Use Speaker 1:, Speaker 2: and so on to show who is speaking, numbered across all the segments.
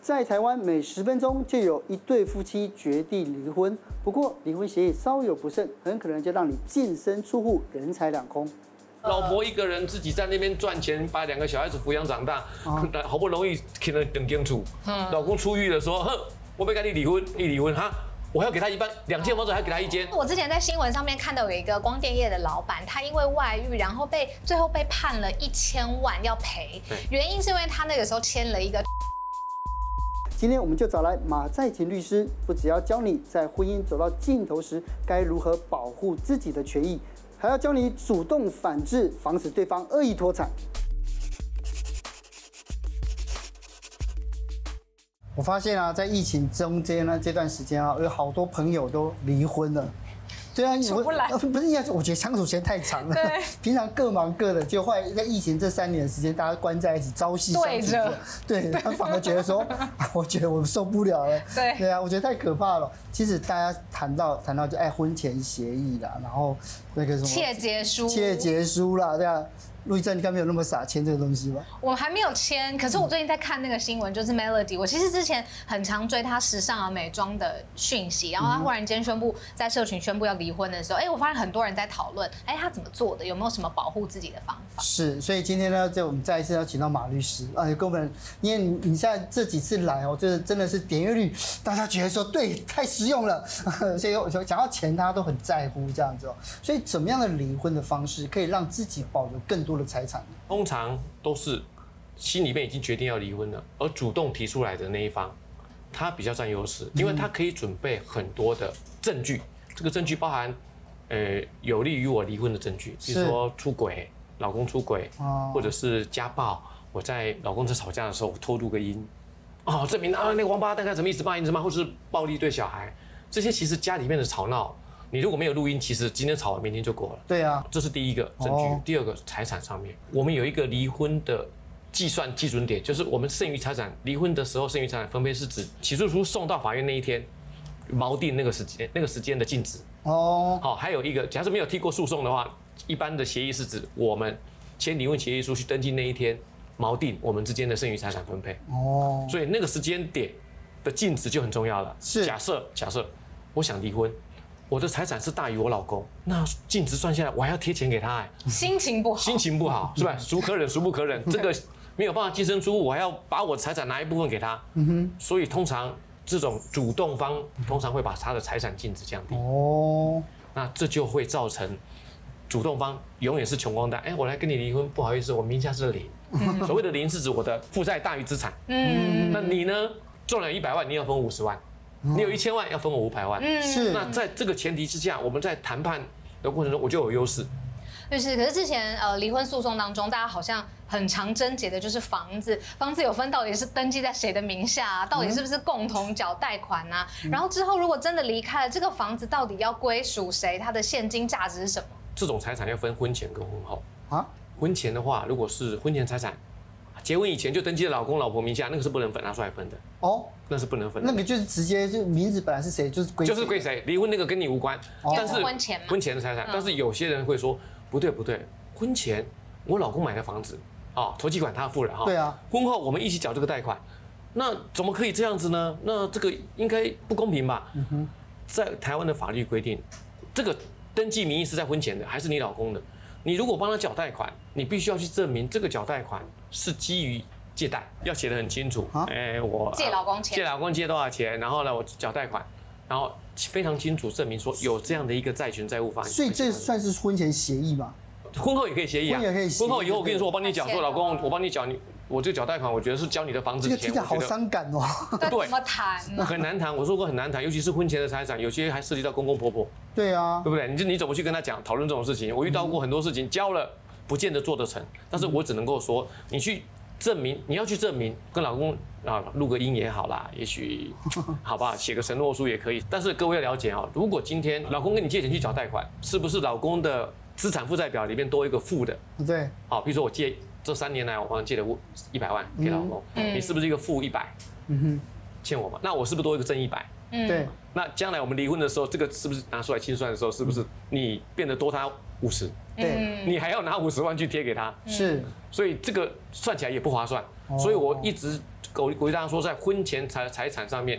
Speaker 1: 在台湾每十分钟就有一对夫妻决定离婚，不过离婚协议稍有不慎，很可能就让你净身出户，人财两空。
Speaker 2: 老婆一个人自己在那边赚钱，把两个小孩子抚养长大，好不容易啃了两间厝，老公出狱的时候，哼，我被跟你离婚，一离婚哈，我还要给他一半，两间房子还要给他一间，
Speaker 3: 我之前在新闻上面看到有一个光电业的老板，他因为外遇，然后被最后被判了一千万要赔
Speaker 2: 对，
Speaker 3: 原因是因为他那个时候签了一个
Speaker 1: 今天我们就找来马在勤律师，不只要教你在婚姻走到尽头时该如何保护自己的权益，还要教你主动反制，防止对方恶意脱产。我发现啊，在疫情中间呢这段时间啊，有好多朋友都离婚了。对啊，
Speaker 3: 处不来
Speaker 1: 我不是应该是我觉得相处时间太长了。
Speaker 3: 对，
Speaker 1: 平常各忙各的，就后来在疫情这三年的时间，大家关在一起，朝夕相
Speaker 3: 对
Speaker 1: 处
Speaker 3: 着
Speaker 1: 之后， 对，他反而觉得 说，啊我觉得我受不了了。
Speaker 3: 对
Speaker 1: 对啊，我觉得太可怕了。其实大家谈到谈到就哎婚前协议啦，然后那个什么
Speaker 3: 切结书，
Speaker 1: 切结书啦，对啊。陆一正，你应该没有那么傻签这个东西吧？
Speaker 3: 我还没有签，可是我最近在看那个新闻，就是 Melody。我其实之前很常追她时尚啊美妆的讯息，然后
Speaker 2: 嗯
Speaker 3: 她忽然间宣布在社群宣布要离婚的时候，哎、我发现很多人在讨论，哎、她怎么做的，有没有什么保护自己的方法？
Speaker 1: 是，所以今天呢，就我们再一次要请到马律师啊，跟我们，因为你你现在这几次来哦，就是真的是点阅率，大家觉得说对，太实用了， 所以我想讲到钱，大家都很在乎这样子哦。所以怎么样的离婚的方式可以让自己保留更多的财产呢？
Speaker 2: 通常都是心里面已经决定要离婚了，而主动提出来的那一方，他比较占优
Speaker 1: 嗯
Speaker 2: 势，因为他可以准备很多的证据，这个证据包含，呃，有利于我离婚的证据，比如
Speaker 1: 是
Speaker 2: 说出轨，老公出轨，
Speaker 1: 哦
Speaker 2: 或者是家暴，我在老公在吵架的时候我偷录个音，哦，证明啊那个王八蛋该怎么一直骂一直骂，或是暴力对小孩，这些其实家里面的吵闹，你如果没有录音，其实今天吵完明天就过了。
Speaker 1: 对啊，
Speaker 2: 这是第一个证据。
Speaker 1: 哦
Speaker 2: 第二个财产上面，我们有一个离婚的计算基准点，就是我们剩余财产离婚的时候，剩余财产分配是指起诉书送到法院那一天。锚定那个时间，那个时间的禁止。
Speaker 1: 哦，
Speaker 2: 好、还有一个，假设没有踢过诉讼的话，一般的协议是指我们签离婚协议书去登记那一天，锚定我们之间的剩余财产分配。
Speaker 1: 哦，
Speaker 2: 所以那个时间点的禁止就很重要了。
Speaker 1: 是
Speaker 2: 假设假设我想离婚，我的财产是大于我老公，那禁止算下来，我还要贴钱给他、哎，
Speaker 3: 心情不好，
Speaker 2: 心情不好是吧？孰可忍孰不可忍，这个没有办法净身出户，我还要把我财产拿一部分给他。所以通常这种主动方通常会把他的财产净值降低，
Speaker 1: 哦，
Speaker 2: 那这就会造成。主动方永远是穷光蛋，哎、我来跟你离婚，不好意思，我名下是零。所谓的零是指我的负债大于资产，
Speaker 3: 嗯，
Speaker 2: 那你呢？中了一百万，你要分五十万；你有一千万，要分我五百万。
Speaker 1: 是，
Speaker 2: 那在这个前提之下，我们在谈判的过程中，我就有优势。
Speaker 3: 就是，可是之前呃离婚诉讼当中，大家好像很常争结的就是房子，房子有分到底是登记在谁的名下啊，到底是不是共同缴贷款啊？
Speaker 2: 嗯
Speaker 3: 然后之后如果真的离开了，这个房子到底要归属谁？它的现金价值是什么？
Speaker 2: 这种财产要分婚前跟婚后。
Speaker 1: 啊，
Speaker 2: 婚前的话，如果是婚前财产，啊结婚以前就登记在老公老婆名下，那个是不能分拿出来分的，
Speaker 1: 哦，
Speaker 2: 那是不能分
Speaker 1: 那
Speaker 2: 的。
Speaker 1: 个就是直接就名字本来是谁就是归
Speaker 2: 就是归谁离婚那个跟你无关，
Speaker 1: 哦
Speaker 2: 但是
Speaker 3: 婚前嗯嘛
Speaker 2: 婚前的财产，但是有些人会说不对不对，婚前我老公买的房子啊，头期款他付了哈，
Speaker 1: 对啊，
Speaker 2: 婚后我们一起缴这个贷款，那怎么可以这样子呢？那这个应该不公平吧？在台湾的法律规定，这个登记名义是在婚前的，还是你老公的？你如果帮他缴贷款，你必须要去证明这个缴贷款是基于借贷，要写得很清楚
Speaker 1: 啊。
Speaker 2: 哎、我
Speaker 3: 借老公钱
Speaker 2: 借老公借多少钱？然后呢，我缴贷款，然后非常清楚证明说有这样的一个债权债务法。
Speaker 1: 所以这算是婚前协议嘛？
Speaker 2: 婚后也可以协议啊，
Speaker 1: 婚也可以协议
Speaker 2: 婚后以后我跟你说，我帮你缴，
Speaker 3: 对
Speaker 2: 说老公，我帮你缴你，我这个缴贷款，我觉得是交你的房子
Speaker 1: 这
Speaker 2: 的
Speaker 1: 个
Speaker 2: 钱，
Speaker 1: 听起来好
Speaker 2: 我觉得
Speaker 1: 伤啊感哦。
Speaker 3: 对，
Speaker 2: 对
Speaker 3: 怎么谈呢？
Speaker 2: 很难谈。我说过很难谈，尤其是婚前的财产，有些还涉及到公公婆婆，
Speaker 1: 对啊
Speaker 2: 对，不对？你这你怎么去跟他讲讨论这种事情？我遇到过很多事情，交了不见得做得成，但是我只能够说，你去证明，你要去证明，跟老公啊录个音也好啦，也许好吧，写个承诺书也可以。但是各位要了解哦，如果今天老公跟你借钱去缴贷款，是不是老公的资产负债表里面多一个负的？
Speaker 1: 对，
Speaker 2: 好，比如说我借这三年来，我好像借了一百万给老公，你是不是一个负一百
Speaker 1: 嗯
Speaker 2: 欠我嘛？那我是不是多一个正一百？
Speaker 3: 嗯
Speaker 1: 哼，对，
Speaker 2: 那将来我们离婚的时候，这个是不是拿出来清算的时候，是不是你变得多他五十，
Speaker 3: 嗯
Speaker 1: 对，
Speaker 2: 你还要拿五十万去贴给他？
Speaker 1: 是。
Speaker 2: 所以这个算起来也不划算。所以我一直鼓励鼓励大家说，在婚前财财产上面，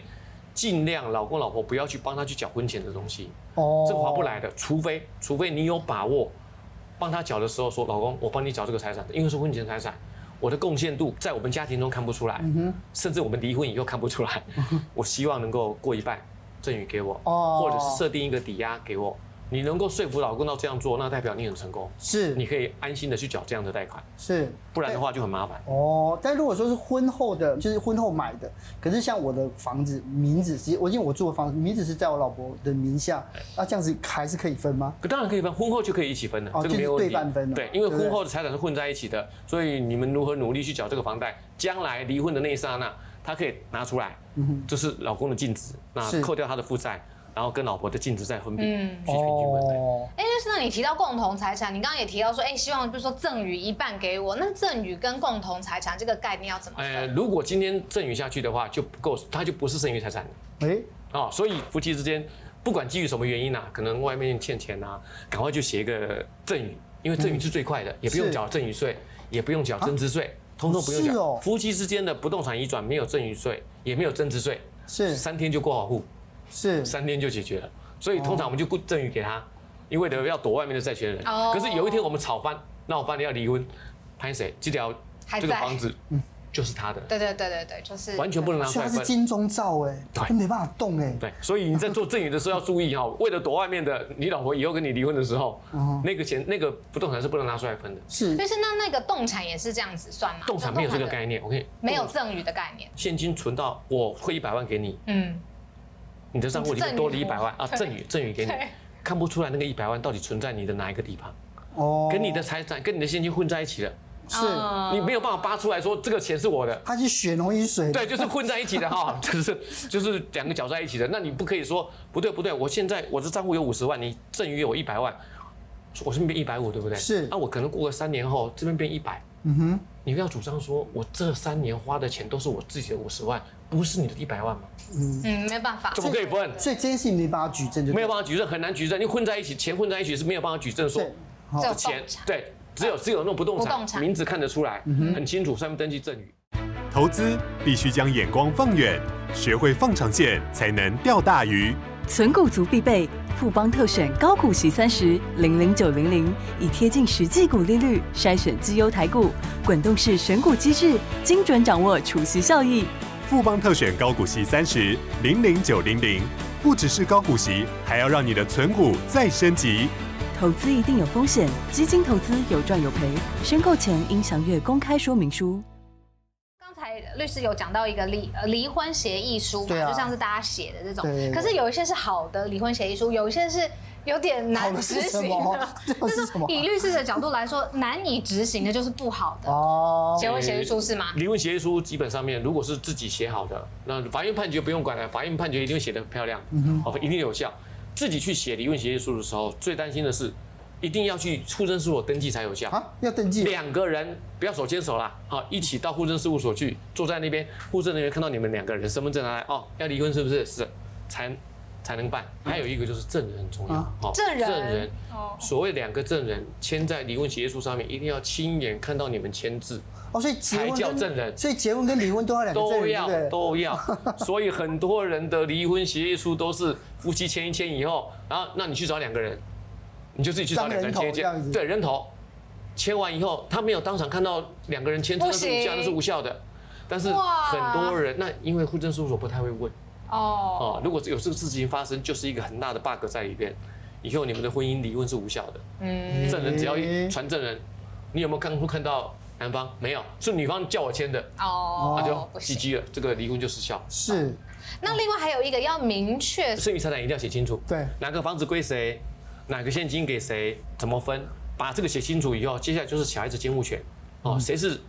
Speaker 2: 尽量老公老婆不要去帮他去缴婚前的东西，
Speaker 1: 哦
Speaker 2: 这划不。来的，除非除非你有把握，帮他缴的时候说，老公，我帮你缴这个财产，因为是婚前财产，我的贡献度在我们家庭中看不出来，
Speaker 1: 嗯
Speaker 2: 甚至我们离婚以后看不 出来，我希望能够过一半，赠与给我，
Speaker 1: 哦
Speaker 2: 或者是设定一个抵押给我，你能够说服老公到这样做，那代表你很成功，
Speaker 1: 是
Speaker 2: 你可以安心的去缴这样的贷款，
Speaker 1: 是，
Speaker 2: 不然的话就很麻烦。
Speaker 1: 哦，但如果说是婚后的，就是婚后买的，可是像我的房子名字，其实我因为我住的房子名字是在我老婆的名下，那这样子还是可以分吗？
Speaker 2: 可当然可以分，婚后就可以一起分了，
Speaker 1: 哦
Speaker 2: 这个没
Speaker 1: 就
Speaker 2: 有
Speaker 1: 是
Speaker 2: 问
Speaker 1: 对
Speaker 2: 题。
Speaker 1: 半分了
Speaker 2: 对，因为
Speaker 1: 对不对
Speaker 2: 婚后的财产是混在一起的，所以你们如何努力去缴这个房贷，将来离婚的那一刹那，他可以拿出来，这是老公的净值，那
Speaker 1: 嗯是
Speaker 2: 扣掉他的负债，然后跟老婆的净值再分比，
Speaker 3: 嗯
Speaker 2: 去平均分配。
Speaker 1: 哦，
Speaker 3: 哎，就是那你提到共同财产，你刚刚也提到说，哎，希望就是说赠与一半给我，那赠与跟共同财产这个概念要怎么
Speaker 2: 呃，
Speaker 3: 分？
Speaker 2: 如果今天赠与下去的话，就不够，他就不是剩余财产了。
Speaker 1: 哎，
Speaker 2: 啊、所以夫妻之间不管基于什么原因啊，可能外面欠钱啊，赶快就写一个赠与，因为赠
Speaker 1: 嗯
Speaker 2: 与是最快的，也不用缴赠与税，也不用缴增值税，通通不用
Speaker 1: 啊是
Speaker 2: 缴。
Speaker 1: 哦
Speaker 2: 夫妻之间的不动产移转没有赠与税，也没有增值税，
Speaker 1: 是
Speaker 2: 三天就过好户，
Speaker 1: 是哦
Speaker 2: 三天就解决了。所以通常我们就固赠与给他，因为的要躲外面的债权人。
Speaker 3: 哦
Speaker 2: 可是有一天我们吵翻，闹翻了要离婚，潘谁？这条
Speaker 3: 还
Speaker 2: 这个
Speaker 3: 在
Speaker 2: 房子就是他的，
Speaker 3: 对对对对对，就是
Speaker 2: 完全不能拿出
Speaker 1: 所以嗯
Speaker 2: 来
Speaker 1: 它是
Speaker 2: 分。
Speaker 1: 金钟罩哎、
Speaker 2: 对
Speaker 1: 它没办法动哎、
Speaker 2: 对，所以你在做赠与的时候要注意哈、 为了躲外面的你老婆以后跟你离婚的时候，那个钱那个不动产是不能拿出来分的。
Speaker 1: 是
Speaker 3: 就是那那个动产也是这样子算吗？
Speaker 2: 动产没有这个
Speaker 3: 就动
Speaker 2: 概念，我跟你
Speaker 3: 的，没有赠与的概念。
Speaker 2: 现金存到我汇一百万给你，
Speaker 3: 嗯，
Speaker 2: 你的账户里面多了一百万啊，
Speaker 3: 对
Speaker 2: 赠与赠与给你
Speaker 3: 对，
Speaker 2: 看不出来那个一百万到底存在你的哪一个地方，
Speaker 1: 哦，
Speaker 2: 跟你的财产跟你的现金混在一起了，
Speaker 1: 是、
Speaker 3: 嗯
Speaker 2: 你没有办法扒出来说这个钱是我的。
Speaker 1: 它是血浓于水的，
Speaker 2: 对，就是混在一起的哈，就是就是两个搅在一起的。那你不可以说不对不对，我现在我这账户有五十万，你赠予我一百万，我这边变一百五，对不对？
Speaker 1: 是
Speaker 2: 那我可能过个三年后，这边变一百。
Speaker 1: 嗯哼，
Speaker 2: 你不要主张说我这三年花的钱都是我自己的五十万，不是你的一百万吗？
Speaker 3: 嗯，没办法
Speaker 2: 怎，么可以分？
Speaker 1: 所以这件事情没办法举证就对
Speaker 2: 没有办法举证，很难举证。你混在一起，钱混在一起是没有办法举证说
Speaker 1: 对，好
Speaker 3: 这
Speaker 2: 钱
Speaker 3: 动产
Speaker 2: 对，只有只有那种不动
Speaker 3: 不动
Speaker 2: 产
Speaker 3: 产
Speaker 2: 名字看得出来，很清楚，上面登记赠与。
Speaker 4: 投资必须将眼光放远，学会放长线，才能钓大鱼。
Speaker 5: 存股族必备，富邦特选高股息三十零零九零零，以贴近实际股利率筛选绩优台股，滚动式选股机制，精准掌握储蓄效益。
Speaker 4: 富邦特选高股息三十零零九零零，不只是高股息，还要让你的存股再升级。
Speaker 5: 投资一定有风险，基金投资有赚有赔，申购前应详阅公开说明书。
Speaker 3: 刚才律师有讲到一个离呃离婚协议书嘛，
Speaker 1: 对啊
Speaker 3: 就像是大家写的这
Speaker 1: 对
Speaker 3: 种，可是有一些是好的离婚协议书，有一些是有点
Speaker 1: 好
Speaker 3: 难
Speaker 1: 的
Speaker 3: 执
Speaker 1: 是什
Speaker 3: 行
Speaker 1: 么
Speaker 3: 的。？
Speaker 1: 这是 什么？
Speaker 3: 以律师的角度来说，难以执行的就是不好的
Speaker 1: 哦，
Speaker 3: 结婚协议书是吗？
Speaker 2: 离婚协议书基本上面，如果是自己写好的，那法院判决不用管了，法院判决一定会写得很漂亮，哦，一定有效。自己去写离婚协议书的时候，最担心的是，一定要去户政事务所登记才有效。
Speaker 1: 啊，要登记
Speaker 2: 两个人不要手牵手啦，好，一起到户政事务所去，坐在那边，户政人员看到你们两个人身份证拿来，哦，要离婚是不是？是，才才能办。还有一个就是证人很重要，
Speaker 1: 啊
Speaker 2: 哦，
Speaker 3: 证人
Speaker 2: 证人
Speaker 3: 哦，
Speaker 2: 所谓两个证人签在离婚协议书上面，一定要亲眼看到你们签字。
Speaker 1: 哦，所以结婚
Speaker 2: 才叫
Speaker 1: 跟
Speaker 2: 证人
Speaker 1: 所以结婚跟离婚都要两个证
Speaker 2: 都
Speaker 1: 人，
Speaker 2: 要
Speaker 1: 对不对？
Speaker 2: 都要，所以很多人的离婚协议书都是夫妻签一签以后，然后那你去找两个人，你就自己去找两个人
Speaker 1: 当人
Speaker 2: 签一
Speaker 1: 头这样子
Speaker 2: 签，对人头，签完以后他没有当场看到两个人签字，
Speaker 3: 不
Speaker 2: 那是无效，
Speaker 3: 行
Speaker 2: 那是无效的。但是
Speaker 3: 哇
Speaker 2: 很多人那因为户政事务所不太会问
Speaker 3: 哦，
Speaker 2: 啊，如果有这个事情发生，就是一个很大的 bug 在里边，以后你们的婚姻离婚是无效的。
Speaker 3: 嗯，
Speaker 2: 证人只要
Speaker 1: 诶
Speaker 2: 一传证人，你有没有看看到男方？没有，是女方叫我签的，那就
Speaker 3: 哦，不行。
Speaker 2: GG 了，这个离婚就失效。
Speaker 1: 是，
Speaker 3: 那另外还有一个要明确
Speaker 2: 剩余财产一定要写清楚，
Speaker 1: 对，
Speaker 2: 哪个房子归谁，哪个现金给谁，怎么分，把这个写清楚以后，接下来就是小孩子监护权，
Speaker 1: 嗯
Speaker 2: 哦，谁是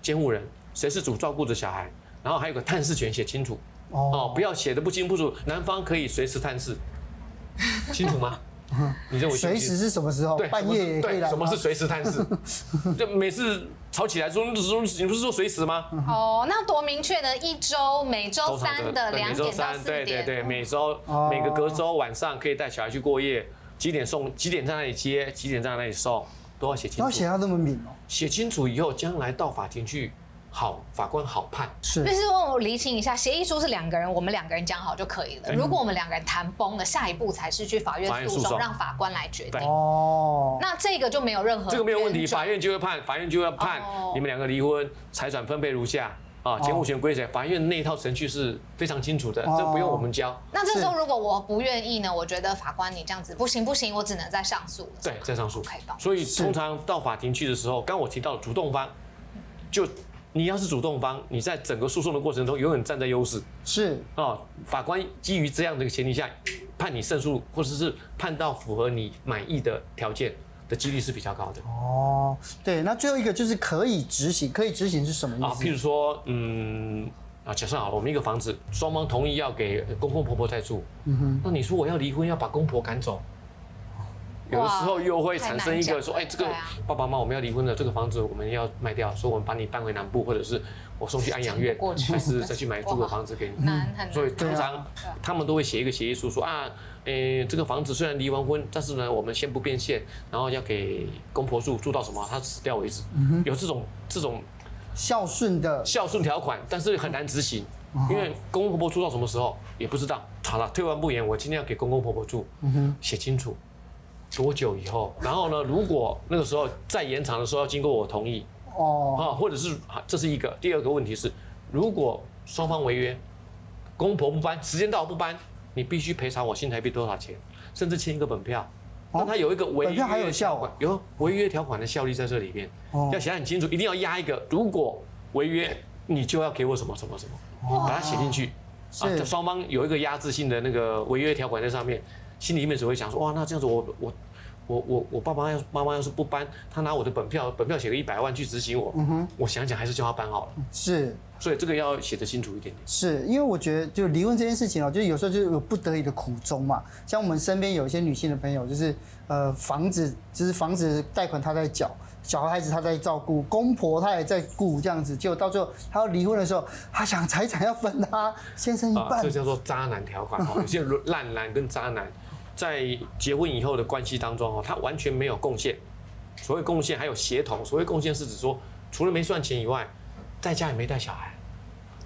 Speaker 2: 监护人，谁是主照顾着小孩，然后还有个探视权写清楚，哦
Speaker 1: 哦，，
Speaker 2: 不要写的不清不楚，男方可以随时 探视，清楚吗？你认为清
Speaker 1: 随
Speaker 2: 不清楚
Speaker 1: 时是什么时候
Speaker 2: 对，？
Speaker 1: 半
Speaker 2: 什么是
Speaker 1: 夜也可以
Speaker 2: 对，
Speaker 1: 来
Speaker 2: 什么
Speaker 1: 吗
Speaker 2: 是随时探视？ 就每次吵起来说，说你不是说随时吗？
Speaker 3: 哦，那多明确呢？一周每周
Speaker 2: 周长
Speaker 3: 哦三的
Speaker 2: 对
Speaker 3: 两
Speaker 2: 每周
Speaker 3: 点到
Speaker 2: 三，
Speaker 3: 四
Speaker 2: 对
Speaker 3: 点，哦
Speaker 2: 对对，每周每个隔周晚上可以带小孩去过夜，几点送，几点在那里接，几点在那里送，都要写清
Speaker 1: 要写
Speaker 2: 楚。
Speaker 1: 到这么明哦，
Speaker 2: 写清楚以后，将来到法庭去好法官好判。
Speaker 1: 是
Speaker 3: 就是我厘清一下，协议书是两个人，我们两个人讲好就可以了。
Speaker 2: 对
Speaker 3: 如果我们两个人谈崩了，下一步才是去法
Speaker 2: 嗯法
Speaker 3: 院
Speaker 2: 院
Speaker 3: 诉
Speaker 2: 诉
Speaker 3: 讼，
Speaker 2: 讼
Speaker 3: 让法官来决定
Speaker 2: 对。
Speaker 1: 哦，
Speaker 3: 那这个就没有任何
Speaker 2: 这个没有问题，
Speaker 3: 冤
Speaker 2: 法
Speaker 3: 种
Speaker 2: 院就会判，法院就会判
Speaker 3: 哦
Speaker 2: 你们两个离婚，财产分配如下啊，监护权归谁？法院那一套程序是非常清楚的，
Speaker 1: 哦
Speaker 2: 这不用我们教。
Speaker 3: 那这时候如果我不愿意呢？我觉得法官你这样子不行不行，我只能再上诉了。
Speaker 2: 对，再上诉
Speaker 3: 可以懂。
Speaker 2: 所以
Speaker 1: 是
Speaker 2: 通常到法庭去的时候，刚我提到的主动方，就你要是主动方，你在整个诉讼的过程中永远站在优势
Speaker 1: 是
Speaker 2: 啊。法官基于这样的一个前提下，判你胜诉，或者是判到符合你满意的条件的几率是比较高的。
Speaker 1: 哦，对。那最后一个就是可以执行，可以执行是什么
Speaker 2: 啊
Speaker 1: 意，
Speaker 2: 譬
Speaker 1: 思？
Speaker 2: 如说，嗯，啊，假设好了，我们一个房子，双方同意要给公公婆婆在住，那你说我要离婚，要把公婆赶走，有的时候又会产生一个说，
Speaker 3: 太
Speaker 2: 哎、
Speaker 3: 难
Speaker 2: 这
Speaker 3: 讲
Speaker 2: 个
Speaker 3: 了对啊
Speaker 2: 爸爸妈妈我们要离婚了，这个房子我们要卖掉，说我们把你搬回南部，或者是我送去安养院
Speaker 3: 讲不过，去
Speaker 2: 还是再去买租个房子给你。
Speaker 3: 难很难。
Speaker 2: 嗯所以啊通
Speaker 1: 对
Speaker 2: 常他们都会写一个协议书，说啊，诶、这个房子虽然离完婚，但是呢，我们先不变现，然后要给公婆住，住到什么她死掉为止。有这种这种
Speaker 1: 孝顺的
Speaker 2: 孝顺条款，但是很难执行，因为公公婆婆住到什么时候也不知道。好了，退完步言，我今天要给公公婆婆住，写清楚多久以后，然后呢，如果那个时候再延长的时候要经过我同意
Speaker 1: 哦，
Speaker 2: 啊，或者是啊这是一个。第二个问题是，如果双方违约，公婆不搬，时间到不搬，你必须赔偿我新台币多少钱，甚至签一个本票。
Speaker 1: 哦
Speaker 2: 那它有一个违
Speaker 1: 本
Speaker 2: 约
Speaker 1: 票还有效
Speaker 2: 条
Speaker 1: 啊
Speaker 2: 款，有违约条款的效力在这里面，
Speaker 1: 哦
Speaker 2: 要写得很清楚，一定要压一个，如果违约，你就要给我什么什么什
Speaker 1: 哦
Speaker 2: 么，把它写进去。啊，
Speaker 1: 是
Speaker 2: 这双方有一个压制性的那个违约条款在上面，心里面只会想说，哇，那这样子我我我我我爸妈要妈妈要是不搬，他拿我的本票，本票写个一百万去执行我，我想想还是叫他搬好了。
Speaker 1: 是
Speaker 2: 所以这个要写得清楚一点点。
Speaker 1: 是，因为我觉得就离婚这件事情哦，就是有时候就是有不得已的苦衷嘛。像我们身边有一些女性的朋友，就是呃房子就是房子贷款她在缴，小孩子她在照顾，公婆她也在顾，这样子，结果到最后她要离婚的时候，她想财产要分她先生一
Speaker 2: 啊，
Speaker 1: 半
Speaker 2: 这，叫做渣男条 款哦哈。有些人烂男跟渣男，在结婚以后的关系当中哦，他完全没有贡献。所谓贡献还有协同，所谓贡献是指说，除了没赚钱以外，在家也没带小孩，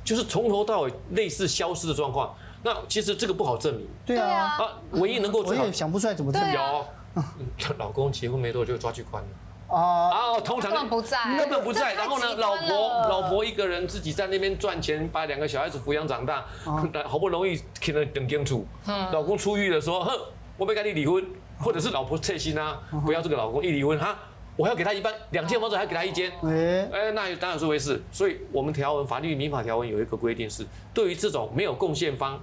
Speaker 2: 就是从头到尾类似消失的状况。那其实这个不好证明
Speaker 1: 对
Speaker 3: 对
Speaker 1: 啊
Speaker 3: 啊，
Speaker 2: 啊，唯一能够
Speaker 1: 我
Speaker 2: 最好
Speaker 1: 也想不出来怎么证明
Speaker 3: 对啊
Speaker 2: 有。嗯老公结婚没多久就抓去关了
Speaker 1: 啊。
Speaker 2: 啊！通常
Speaker 3: 根本不在
Speaker 2: 根本不在。
Speaker 3: 这太
Speaker 2: 然后呢，
Speaker 3: 极
Speaker 2: 老
Speaker 3: 端了
Speaker 2: 婆老婆一个人自己在那边赚钱，把两个小孩子抚养长大，好不容易可能等清楚，
Speaker 3: 嗯
Speaker 2: 老公出狱了说，哼，我没跟你离婚，或者是老婆切心啊，不要这个老公一离婚哈，我还要给他一半两间房子，还要给他一间。
Speaker 1: 哎，
Speaker 2: 哎，那当然是回事。所以我们条文法律民法条文有一个规定是，对于这种没有贡献方，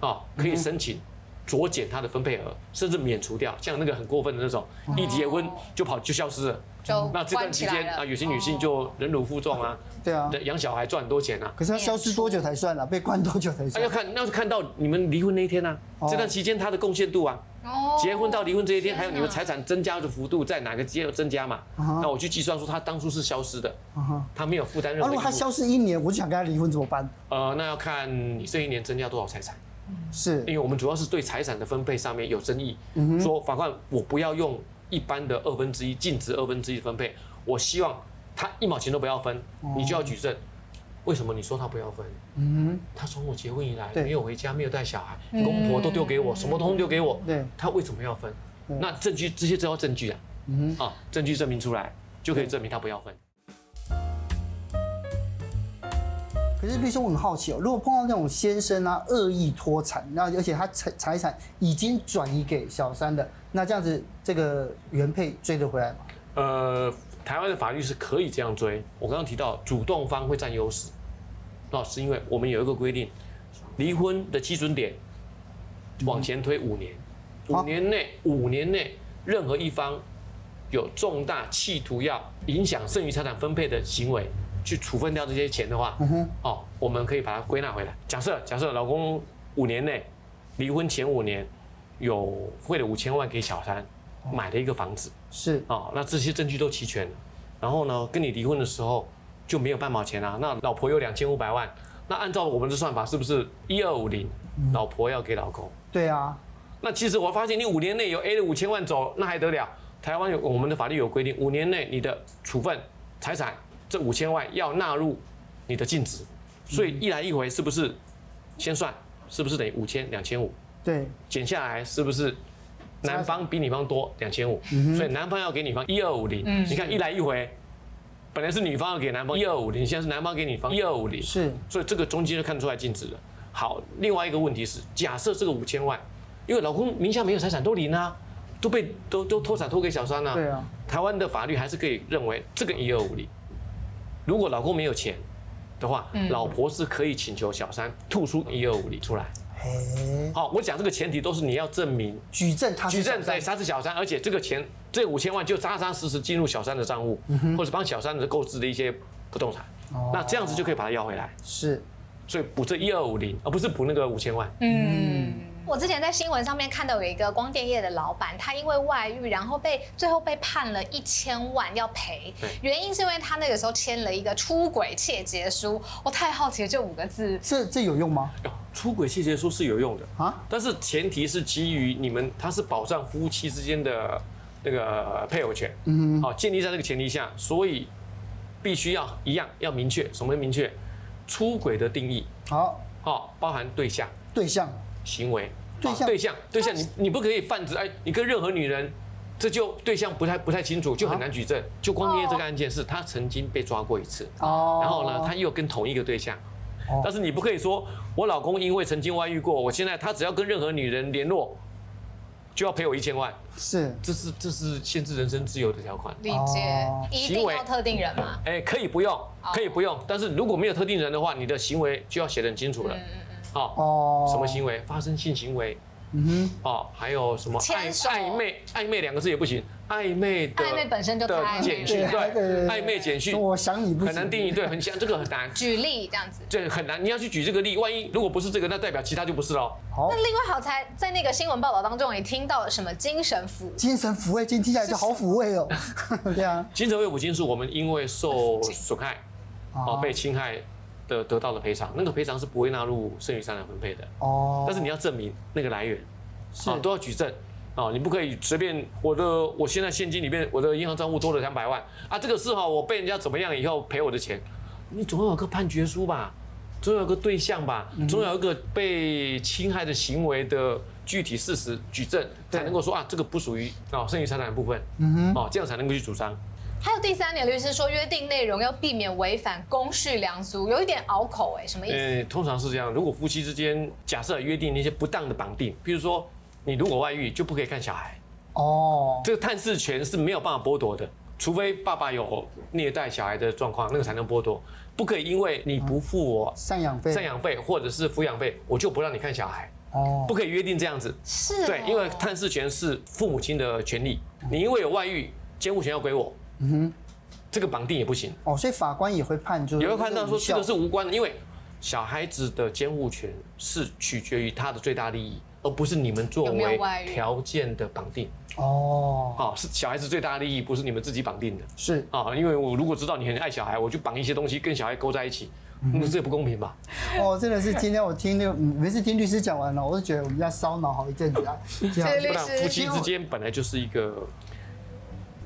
Speaker 2: 啊，可
Speaker 3: 嗯
Speaker 2: 以申请酌减他的分配额，甚至免除掉。像那个很过分的那种，一结婚就跑就消失了。
Speaker 3: 哦就
Speaker 2: 那这段
Speaker 3: 关
Speaker 2: 期
Speaker 3: 起来
Speaker 2: 间
Speaker 3: 了哦
Speaker 2: 啊，有些女性就忍辱负重啊，
Speaker 1: 对啊，
Speaker 2: 养小孩赚很多钱啊。
Speaker 1: 可是要消失多久才算了、被关多久才
Speaker 2: 那
Speaker 1: 算
Speaker 2: 要？看，那要看到你们离婚那一天啊，这段期间他的贡献度啊，
Speaker 3: 哦
Speaker 2: 结婚到离婚这一天，还有你们
Speaker 3: 天哪啊
Speaker 2: 财产增加的幅度在哪个阶增加嘛？那我去计算出他当初是消失的，他没有负担
Speaker 1: 嗯
Speaker 2: 任
Speaker 1: 啊，
Speaker 3: 哦
Speaker 2: 何
Speaker 1: 如
Speaker 2: 义
Speaker 1: 果他
Speaker 2: 务。
Speaker 1: 消失一年，我就想跟他离婚怎么办？
Speaker 2: 呃，那要看你这一年增加多少财产，
Speaker 1: 是
Speaker 2: 因为我们主要是对财产的分配上面有争议，
Speaker 1: 嗯
Speaker 2: 说法官我不要用一般的二分之一净值二分之一分配，我希望他一毛钱都不要分，
Speaker 1: 哦
Speaker 2: 你就要举证。为什么你说他不要分？嗯，他从我结婚以来
Speaker 1: 对嗯
Speaker 2: 没有回家，没有带小孩，公婆都丢给我，什么通丢给我。
Speaker 1: 对
Speaker 2: 他为什么要分？那证据这些都要证据啊，
Speaker 1: 嗯
Speaker 2: 啊，证据证明出来就可以证明他不要分。
Speaker 1: 可是律师，我很好奇哦，如果碰到那种先生啊恶意脱产，那而且他财财产已经转移给小三的，那这样子这个原配追得回来吗？
Speaker 2: 呃，台湾的法律是可以这样追。我刚刚提到，主动方会占优势，那是因为我们有一个规定，离婚的基准点往前推五年，
Speaker 1: 好
Speaker 2: 五年内，五年内任何一方有重大企图要影响剩余财产分配的行为，去处分掉这些钱的话，哦，我们可以把它归纳回来。假设假设老公五年内离婚前五年有汇了五千万给小三，买了一个房子。
Speaker 1: 是
Speaker 2: 哦，那这些证据都齐全了。然后呢，跟你离婚的时候就没有半毛钱啊。那老婆有两千五百万，那按照我们的算法，是不是一二五零？老婆要给老公。
Speaker 1: 对啊，
Speaker 2: 那其实我发现你五年内有 A 的五千万走，那还得了？台湾有我们的法律有规定，五年内你的处分财产这五千万要纳入你的净值，所以一来一回是不是先算是不是等于五千两千五？
Speaker 1: 对，
Speaker 2: 减下来是不是男方比女方多两千五？
Speaker 1: 嗯
Speaker 2: 所以男方要给女方一二五零。你看一来一回，本来是女方要给男方一二五零，现在是男方给女方一二五零。
Speaker 1: 是
Speaker 2: 所以这个中间就看出来净值了。好，另外一个问题是，假设这个五千万，因为老公名下没有财产都零啊，都被都都脱产脱给小三了、
Speaker 1: 对啊，
Speaker 2: 台湾的法律还是可以认为这个一二五零，如果老公没有钱的话，老婆是可以请求小三吐出一二五零出来。
Speaker 1: 哎，
Speaker 2: 好，我讲这个前提都是你要证明
Speaker 1: 举证他
Speaker 2: 举证对
Speaker 1: 在
Speaker 2: 杀死啊小三，而且这个钱这五千万就扎扎实实进入小三的账户，或者帮小三的购置的一些不动产，那这样子就可以把它要回来。
Speaker 1: 是
Speaker 2: 所以补这一二五零，哦而不是补那个五千万。
Speaker 3: 嗯。我之前在新闻上面看到有一个光电业的老板，他因为外遇，然后被最后被判了一千万要赔
Speaker 2: 对，
Speaker 3: 原因是因为他那个时候签了一个出轨窃结书。我太好奇了，这五个字
Speaker 1: 这这有用吗？
Speaker 2: 哦出轨细节书是有用的
Speaker 1: 啊
Speaker 2: 啊，但是前提是基于你们，它是保障夫妻之间的那个配偶权，嗯，好，建立在这个前提下，所以必须要一样要明确什么明确出轨的定义，
Speaker 1: 好，
Speaker 2: 哦，包含对象、
Speaker 1: 对象
Speaker 2: 行为、
Speaker 1: 对
Speaker 2: 哦
Speaker 1: 象
Speaker 2: 对象、对象，你你不可以泛指哎，你跟任何女人，这就对象不太不太清楚，就
Speaker 1: 啊
Speaker 2: 很难举证。就光捏这个案件是，他曾经被抓过一次，
Speaker 1: 哦，
Speaker 2: 然后呢，他又跟同一个对象
Speaker 1: 哦。
Speaker 2: 但是你不可以说，我老公因为曾经外遇过，我现在他只要跟任何女人联络，就要赔我一千万，
Speaker 1: 是
Speaker 2: 这是这是限制人身自由的条款。
Speaker 3: 理解
Speaker 1: 哦，
Speaker 3: 一
Speaker 2: 行
Speaker 3: 定
Speaker 2: 为
Speaker 3: 要特定人嘛？
Speaker 2: 哎，可以不用，可以不用，但是如果没有特定人的话，你的行为就要写得很清楚了。好，
Speaker 1: 哦，
Speaker 2: 什么行为？发生性行为，
Speaker 1: 嗯
Speaker 2: 哦，还有什么
Speaker 3: 牵
Speaker 2: 暧
Speaker 3: 手
Speaker 2: 暧昧？暧昧两个字也不行，暧昧的
Speaker 3: 暧昧本身就太
Speaker 2: 的
Speaker 3: 暧昧
Speaker 2: 简
Speaker 3: 了
Speaker 1: 对
Speaker 2: 讯，
Speaker 1: 对对
Speaker 2: 对，
Speaker 1: 对
Speaker 2: 暧昧简
Speaker 1: 哼，
Speaker 2: 讯
Speaker 1: 说我想你不
Speaker 2: 很难定义，对，很像这个很难。
Speaker 3: 举例这样子。
Speaker 2: 这很难，你要去举这个例，万一如果不是这个，那代表其他就不是了。
Speaker 1: 好
Speaker 3: 那，另外，好才在那个新闻报道当中也听到什么精神服
Speaker 1: 精神抚慰金听起来就好抚慰哦， 对啊，
Speaker 2: 精神慰抚金是我们因为受损害哦
Speaker 1: 哦
Speaker 2: 被侵害的得到的赔偿，那个赔偿是不会纳入剩余财产分配的，
Speaker 1: 哦，
Speaker 2: 但是你要证明那个来源，
Speaker 1: 是
Speaker 2: 啊都要举证。啊，你不可以随便我的，我现在现金里面我的银行账户多了两百万啊，这个是哈，我被人家怎么样以后赔我的钱，你总要有个判决书吧，总要有个对象吧，
Speaker 1: 嗯
Speaker 2: 总要有一个被侵害的行为的具体事实举证，
Speaker 1: 对嗯
Speaker 2: 才能够说啊，这个不属于啊剩余财产的部分，哦，这样才能够去主张。
Speaker 3: 还有第三点，律师说约定内容要避免违反公序良俗，有一点拗口哎、什么意思？
Speaker 2: 呃，通常是这样。如果夫妻之间假设约定那些不当的绑定，譬如说你如果外遇就不可以看小孩，
Speaker 1: 哦，
Speaker 2: 这个探视权是没有办法剥夺的，除非爸爸有虐待小孩的状况，那个才能剥夺。不可以因为你不付我
Speaker 1: 赡养费，
Speaker 2: 赡养费或者是抚养费，我就不让你看小孩，
Speaker 1: 哦，
Speaker 2: 不可以约定这样子。
Speaker 3: 是、哦，
Speaker 2: 对，因为探视权是父母亲的权利，你因为有外遇，监护权要归我。嗯哼，这个绑定也不行。
Speaker 1: 哦，所以法官也会判，就是
Speaker 2: 也会看到说
Speaker 1: 无
Speaker 2: 这
Speaker 1: 效
Speaker 2: 个是无关的，因为小孩子的监护权是取决于他的最大利益，而不是你们作
Speaker 3: 有没有
Speaker 2: 为
Speaker 3: 外遇
Speaker 2: 条件的绑定。
Speaker 1: 哦，
Speaker 2: 哦，是小孩子最大利益，不是你们自己绑定的。
Speaker 1: 是
Speaker 2: 啊、因为我如果知道你很爱小孩，我就绑一些东西跟小孩勾在一起，那、这不公平吧？
Speaker 1: 哦，真的是今天我听那个嗯每次听律师讲完了，我就觉得我们要烧脑好一阵子啊，这样
Speaker 3: 对
Speaker 2: 不
Speaker 3: 律
Speaker 2: 然
Speaker 3: 师
Speaker 2: 夫妻之间本来就是一个。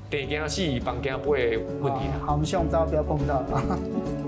Speaker 2: 得跟他戏，绑跟他不会问题的。
Speaker 1: 好，我们希望我们大家不要碰到啊。